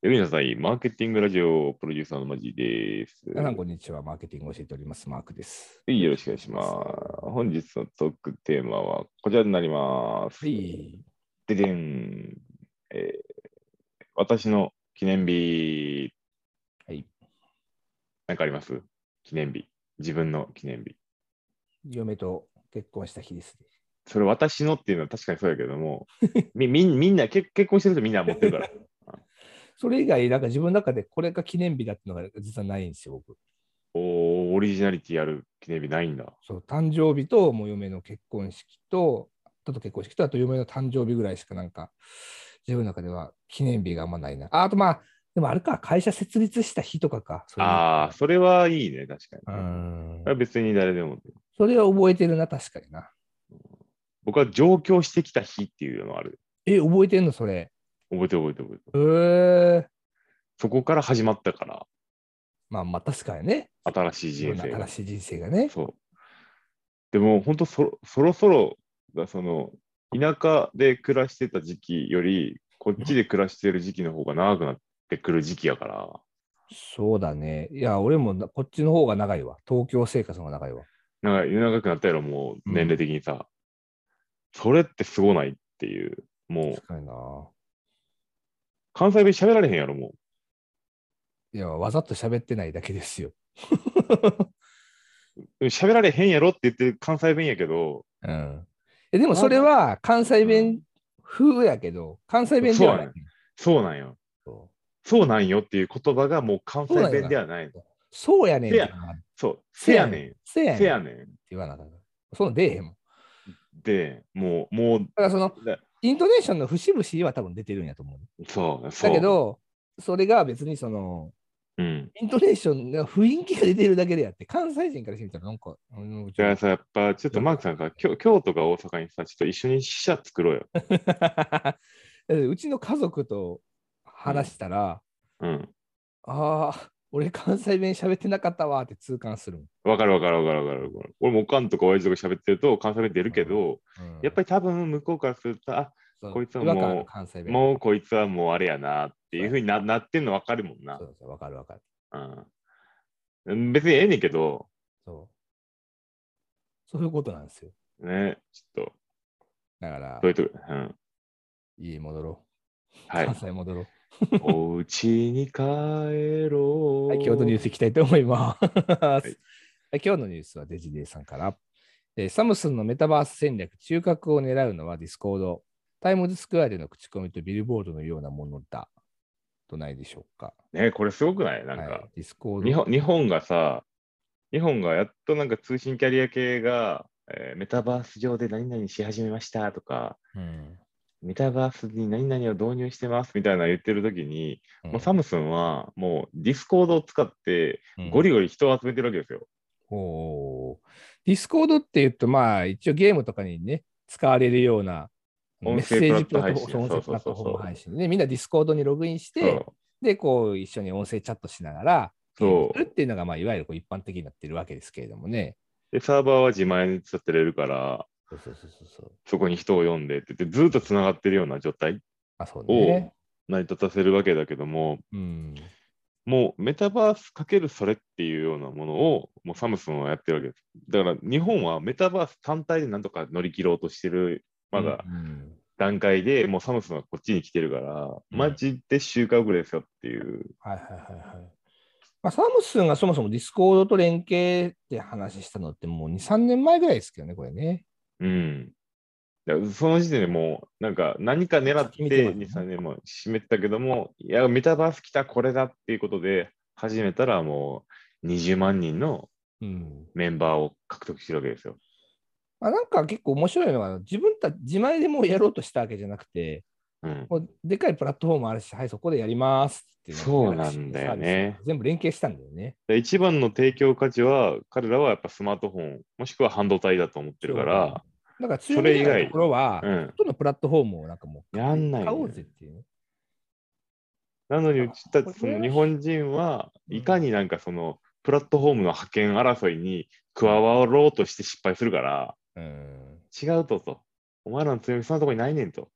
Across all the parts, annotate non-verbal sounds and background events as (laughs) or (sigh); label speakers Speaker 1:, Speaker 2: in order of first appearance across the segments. Speaker 1: 読みなさい。マーケティングラジオプロデューサーのマジです。
Speaker 2: 皆さん、こんにちは。マーケティングを教えております。マークです。
Speaker 1: はいよろしくお願いします。本日のトークテーマはこちらになります。
Speaker 2: はい。
Speaker 1: ででん、えー私の記念日。
Speaker 2: はい。
Speaker 1: なんかあります記念日。自分の記念日。
Speaker 2: 嫁と結婚した日ですね。
Speaker 1: それ私のっていうのは確かにそうやけど
Speaker 2: (laughs)
Speaker 1: も、みみんみんな結結婚してる人みんな持ってるから。
Speaker 2: それ以外、なんか自分の中でこれが記念日だっていうのが実はないんですよ、僕。
Speaker 1: おーオリジナリティある記念日ないんだ。
Speaker 2: そう、誕生日と、もう嫁の結婚式と、あと結婚式と、あと嫁の誕生日ぐらいしかなんか、自分の中では記念日があんまないな。あ、あとまあ、でもあれか、会社設立した日とかか。それ
Speaker 1: ああ、それはいいね、確かに。
Speaker 2: うん
Speaker 1: それは別に誰でも。
Speaker 2: それは覚えてるな、確かにな。
Speaker 1: 僕は上京してきた日っていうのがある。
Speaker 2: え、覚えてんの、それ。
Speaker 1: 覚えてる覚えてる覚えて
Speaker 2: え
Speaker 1: る。
Speaker 2: ー、
Speaker 1: そこから始まったから、
Speaker 2: まあまあ、確かにね。
Speaker 1: 新しい
Speaker 2: 自分
Speaker 1: 人
Speaker 2: の
Speaker 1: 生が
Speaker 2: 新。しい人生がね。
Speaker 1: そう。でも本当そそろそろがその田舎で暮らしてた時期よりこっちで暮らしてる時期の方が長くなってくる時期やから
Speaker 2: そうだね。いや、俺もなこっちの方が長いわ。東京生活の方が長いわ。
Speaker 1: なんか長くなったやろもう年齢的にさ、それってすごないっていうもう
Speaker 2: 確かにな。
Speaker 1: 関西弁喋られへんやろも
Speaker 2: いや、わざと喋ってないだけですよ。
Speaker 1: うでも喋られへんやろって言ってる関西弁やけど
Speaker 2: うん。えでもそれは関西弁風やけど、関西弁ではない。
Speaker 1: そうそうなんよ
Speaker 2: そう
Speaker 1: そうなんよっていう言葉がもう関西弁ではないの
Speaker 2: そうやねんって言わなあかん。
Speaker 1: そうせやねん
Speaker 2: せやねん。
Speaker 1: せや
Speaker 2: って
Speaker 1: ねん
Speaker 2: 言わなあかん。その出えへんもん。だ
Speaker 1: でもうもう
Speaker 2: からその
Speaker 1: だ、
Speaker 2: イントネーションの節々は多分出てるんやと思う。
Speaker 1: そうそう
Speaker 2: だけど、それが別にその、
Speaker 1: うん
Speaker 2: イントネーションが雰囲気が出てるだけであって、関西人からしてみたらなんか、うん
Speaker 1: だからさ、やっぱちょっとマークさんさ、京京都か大阪にさ、ちょっと一緒に支社作ろうよ。
Speaker 2: (laughs) うちの家族と話したら、
Speaker 1: うん。
Speaker 2: ああ、俺関西弁喋ってなかったわって痛感するもん。
Speaker 1: わかるわかるわかるわかるわかる。俺もおかんとか親父とか喋ってると関西弁出るけど、やっぱり
Speaker 2: り
Speaker 1: 多分向こうからすると、あ、こいつは
Speaker 2: 違和感あ
Speaker 1: も
Speaker 2: る
Speaker 1: う
Speaker 2: 関西弁。
Speaker 1: もうこいつはもうあれやなっていうふうにななってんのわかるもんな
Speaker 2: そ。うそうわかるわかる。
Speaker 1: うん。別にええねんけど、
Speaker 2: そう。そういうことなんですよ。
Speaker 1: ね、ちょっと、
Speaker 2: だから
Speaker 1: そうい、うとこ、うん。
Speaker 2: 家戻ろう。
Speaker 1: はい
Speaker 2: 関。西戻ろう。
Speaker 1: お家に帰ろう。
Speaker 2: はい、今日のニュースいきたいと思います。はいい、今日のニュースはデジデイさんから、えーサムスンのメタバース戦略、中核を狙うのはディスコード、タイムズスクエアでの口コミとビルボードのようなものだ。とないでしょうか。
Speaker 1: ね、これすごくないなんか。
Speaker 2: はい、ディスコード。
Speaker 1: 日本日本がさ、日本がやっとなんか通信キャリア系が、えーメタバース上で何々し始めましたとか、
Speaker 2: うん
Speaker 1: メタバースに何々を導入してますみたいなの言ってる時に、
Speaker 2: うん
Speaker 1: もうサムスンはもうディスコードを使って
Speaker 2: うん
Speaker 1: ゴリゴリ人を集めてるわけですよ。
Speaker 2: おーディスコードって言うと、まあ、一応ゲームとかにね、使われるようなメッ
Speaker 1: 音
Speaker 2: セ
Speaker 1: 声プ
Speaker 2: ー
Speaker 1: ラ
Speaker 2: ジ
Speaker 1: ッ
Speaker 2: プ
Speaker 1: ト配信
Speaker 2: ラットフォーム、音声プラットフォーム
Speaker 1: そうそうそうそう
Speaker 2: 配信で、みんなディスコードにログインして、
Speaker 1: そう
Speaker 2: で、こう、一緒に音声チャットしながら、
Speaker 1: そう
Speaker 2: するっていうのが、まあ、いわゆるこう一般的になってるわけですけれどもね。
Speaker 1: で、サーバーは自前に使ってれるから、
Speaker 2: そうそうそうそう。
Speaker 1: そこに人を呼んでって言って、ずっとつながってるような状態、
Speaker 2: まあ、そうね。
Speaker 1: 成り立たせるわけだけども、
Speaker 2: うん。
Speaker 1: もうメタバースかけるそれっていうようなものをもうサムスンはやってるわけです。だから日本はメタバース単体でなんとか乗り切ろうとしてるまだ
Speaker 2: うん
Speaker 1: 段階で、もうサムスンはこっちに来てるから、
Speaker 2: ん
Speaker 1: マジで週間遅れですよっていう。
Speaker 2: はいはいはいはい。まあ、サムスンがそもそもディスコードと連携って話したのって、もう2、3年前ぐらいですけどね、これね。
Speaker 1: うん。だからその時点でもうなんか何か狙っ
Speaker 2: 先見
Speaker 1: て
Speaker 2: てますね
Speaker 1: 2、3年も締めてたけども、いや、メタバース来たこれだっていうことで始めたらもう20万人の
Speaker 2: うん。
Speaker 1: メンバーを獲得してるわけですよ。
Speaker 2: まあ、なんか結構面白いのが、自分たち自前でもうやろうとしたわけじゃなくて、
Speaker 1: うん。
Speaker 2: もうでかいプラットフォームあるし、はい、そこでやりますっていうのが
Speaker 1: そうなんだよね。
Speaker 2: 全部連携したんだよね。
Speaker 1: で一番の提供価値は、彼らはやっぱスマートフォン、もしくは半導体だと思ってるから、
Speaker 2: だから、
Speaker 1: それ以外
Speaker 2: 強みのところは、
Speaker 1: うん。
Speaker 2: とのプラットフォームをなんかもう
Speaker 1: やんないんだ
Speaker 2: 買
Speaker 1: よ
Speaker 2: おうぜっていうね。
Speaker 1: なのに、うちた
Speaker 2: これ
Speaker 1: ち、その日本人は、いかになんかその、プラットフォームの覇権争いに加わろうとして失敗するから、
Speaker 2: うん。
Speaker 1: 違うとと。お前らの強み、そんなとこにないねんと。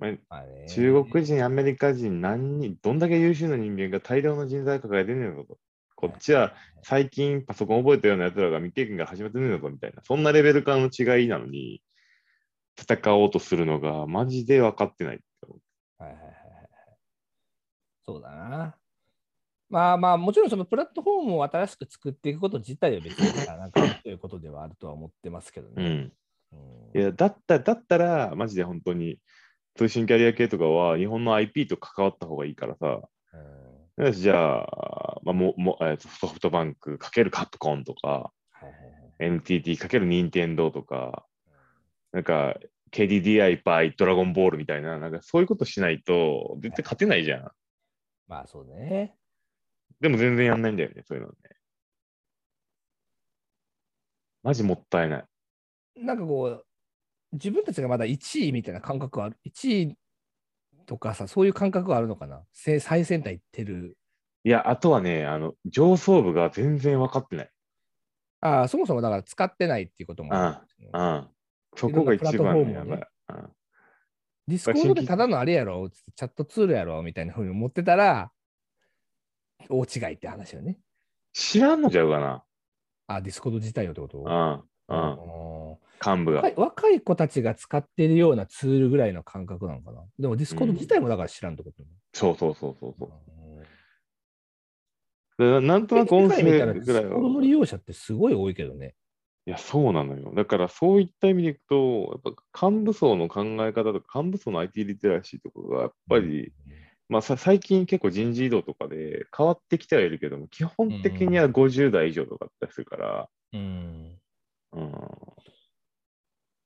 Speaker 1: まあ
Speaker 2: まあね
Speaker 1: 中国人、アメリカ人、何人、どんだけ優秀な人間が大量の人材抱えてんねんぞと。こっちは最近パソコン覚えたような奴らが未経験が始まってんねんぞみたいな、そんなレベル感の違いなのに、戦おうとするのがマジで分かってない。
Speaker 2: はいはいはいはいはい。そうだな。まあまあ、もちろんそのプラットフォームを新しく作っていくこと自体は別になんかということではあるとは思ってますけど
Speaker 1: うん。
Speaker 2: ね。うん
Speaker 1: いや、だったら、だったら、マジで本当に通信キャリア系とかは日本の IP と関わった方がいいからさ、
Speaker 2: うん
Speaker 1: よしじゃあ、まあ、ももえーとソフトバンク×カプコンとか、
Speaker 2: はいはいはい
Speaker 1: NTT かける任天堂とか、なんか KDDI バイドラゴンボールみたいな、なんかそういうことしないと絶対勝てないじゃん。
Speaker 2: まあそうね。
Speaker 1: でも全然やんないんだよね、そういうのね。マジもったいない。
Speaker 2: なんかこう、自分たちがまだ1位みたいな感覚はある。1位とかさ、そういう感覚はあるのかな。せ最先端行ってる。
Speaker 1: いや、あとはね、あの、上層部が全然分かってない。
Speaker 2: ああ、そもそもだから使ってないっていうこともある。
Speaker 1: うん。そこが一番ね
Speaker 2: いろ
Speaker 1: や
Speaker 2: ん
Speaker 1: ば
Speaker 2: ないプ。ディスコードでただのあれやろつってチャットツールやろみたいなふうに思ってたら、大違いって話よね。
Speaker 1: 知らんのちゃうかな。
Speaker 2: あ、ディスコード自体のってこと
Speaker 1: うん。うん。
Speaker 2: うん
Speaker 1: 幹部が
Speaker 2: 若。い若い子たちが使ってるようなツールぐらいの感覚なのかな。でもディスコード自体もだから知らんってことね、
Speaker 1: そうそうそうそうそう
Speaker 2: うん。
Speaker 1: でなんとなく音声
Speaker 2: 世界
Speaker 1: ぐ
Speaker 2: 見
Speaker 1: らい
Speaker 2: たらディスコードの
Speaker 1: は
Speaker 2: 利用者ってすごい多いけどね。
Speaker 1: いや、そうなのよ。だから、そういった意味でいくと、やっぱ幹部層の考え方とか、幹部層の IT リテラシーとかが、やっぱり、まあさ、最近結構人事異動とかで変わってきてはいるけども、基本的には50代以上とかだったりするから、
Speaker 2: うん、
Speaker 1: うん、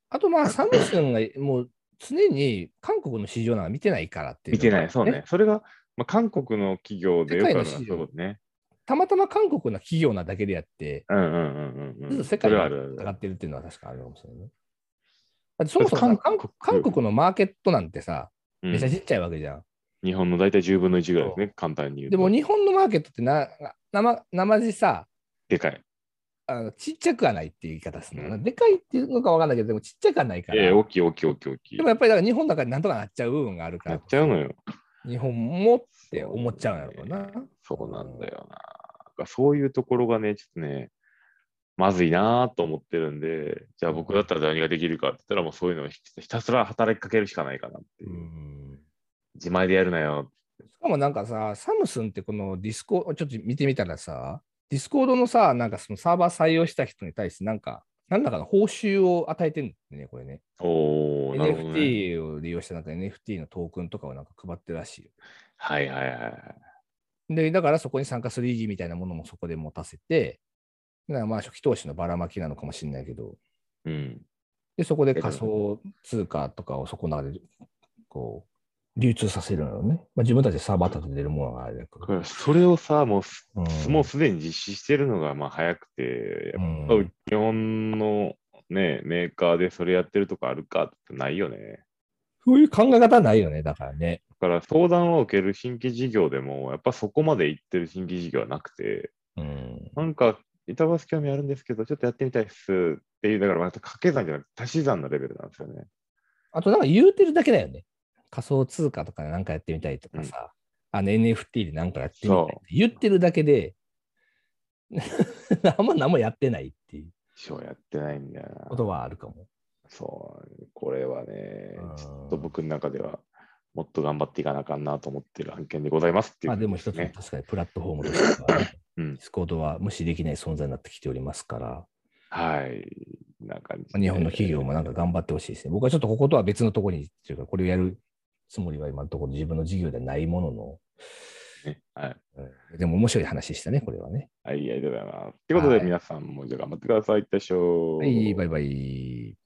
Speaker 2: あとまあ、サムスンがもう常に韓国の市場なんか見てないからっていう
Speaker 1: 見
Speaker 2: のが
Speaker 1: てない、そうね。それが、まあ、韓国の企業でよくあるのはそういうことね。
Speaker 2: たまたま韓国の企業なだけでやって、
Speaker 1: うんうんうんうん
Speaker 2: ずっ
Speaker 1: う
Speaker 2: と
Speaker 1: ん。
Speaker 2: 世
Speaker 1: そ
Speaker 2: 界
Speaker 1: れ
Speaker 2: に
Speaker 1: はあるあ
Speaker 2: 戦
Speaker 1: る。
Speaker 2: ってるっていうのは確かあるかもしれないね。だってそもそも
Speaker 1: だ
Speaker 2: さ
Speaker 1: って韓
Speaker 2: 韓
Speaker 1: 国
Speaker 2: 韓国のマーケットなんてさ、
Speaker 1: うん
Speaker 2: めちゃちっちゃいわけじゃん。
Speaker 1: 日本の大体10分の1ぐらいですね、簡単に言う
Speaker 2: で
Speaker 1: と。
Speaker 2: も日本のマーケットってな、なまなまじさ、
Speaker 1: でかい。
Speaker 2: あのちっちゃくはないっていう言い方するのかな、
Speaker 1: うん
Speaker 2: でかいっていうのかわかんないけど、でもちっちゃくはないから。
Speaker 1: ええ大きい大きい大きい大きい
Speaker 2: でも。やっぱりだから日本だからなんとかなっちゃう部分があるから。
Speaker 1: なっちゃうのよ。
Speaker 2: 日本もって思っちゃうんやろうな。
Speaker 1: そうなんだよな。そういうところがね、ちょっとね、まずいなと思ってるんで、じゃあ僕だったら何ができるかって言ったら、もうそういうのをひひたすら働きかけるしかないかなっていうう。
Speaker 2: ん
Speaker 1: 自前でやるなよ。
Speaker 2: しかもなんかさ、サムスンってこのディスコ、ちょっと見てみたらさ、ディスコードのさ、なんかそのサーバー採用した人に対して、なんか、何らかの報酬を与えてるんだよね、これね。
Speaker 1: おー、なるほどね。
Speaker 2: NFT を利用して、なんか NFT のトークンとかをなんか配ってるらしいよ。
Speaker 1: はいはいはい。
Speaker 2: で、だからそこに参加する意義みたいなものもそこで持たせて、だからまあ初期投資のばらまきなのかもしれないけど、
Speaker 1: うん。
Speaker 2: で、そこで仮想通貨とかをそこなで、こう、流通させるのよね。まあ、自分たちでサーバー立ててるものがあれだけど
Speaker 1: だからそれをさ、もうす、
Speaker 2: うん
Speaker 1: もうすでに実施してるのがまあ早くて、やっ
Speaker 2: うん
Speaker 1: ぱ日本のね、メーカーでそれやってるとこあるかってないよね。
Speaker 2: そういう考え方はないよね、だからね。
Speaker 1: だから相談を受ける新規事業でも、やっぱそこまで行ってる新規事業はなくて、
Speaker 2: うん。
Speaker 1: なんか、板橋興味あるんですけど、ちょっとやってみたいっすっていう、だからまた掛け算じゃなくて足し算のレベルなんですよね。
Speaker 2: あとなんか言うてるだけだよね。仮想通貨とかでなんかやってみたいとかさ、あの NFT でなんかやってみたいって
Speaker 1: そ
Speaker 2: 言ってるだけで、 (laughs) あんま何もやってないっていう
Speaker 1: 一生やってないんだよ
Speaker 2: こ
Speaker 1: な。
Speaker 2: とはあるかも。
Speaker 1: そう、これはね
Speaker 2: うん、
Speaker 1: ちょっと僕の中では、もっと頑張っていかなあかんなと思ってる案件でございますっていう
Speaker 2: まあ
Speaker 1: 感
Speaker 2: で
Speaker 1: じ
Speaker 2: も
Speaker 1: で
Speaker 2: 一
Speaker 1: す
Speaker 2: つ
Speaker 1: ね、
Speaker 2: の確かにプラットフォームとしては、
Speaker 1: うん
Speaker 2: ディスコードは無視できない存在になってきておりますから、
Speaker 1: はい。こんな感じで
Speaker 2: 日本の企業もなんか頑張ってほしいですね。僕はちょっとこことは別のところに、というかこれをやるつもりは今のところ自分の事業ではないものの、
Speaker 1: ねはい。
Speaker 2: うんでも面白い話でしたね、これはね。
Speaker 1: はい、ありがとうございます。ということで、
Speaker 2: はい
Speaker 1: 皆さんもじゃあ頑張ってください。いってしょう。
Speaker 2: はい、バイバイ。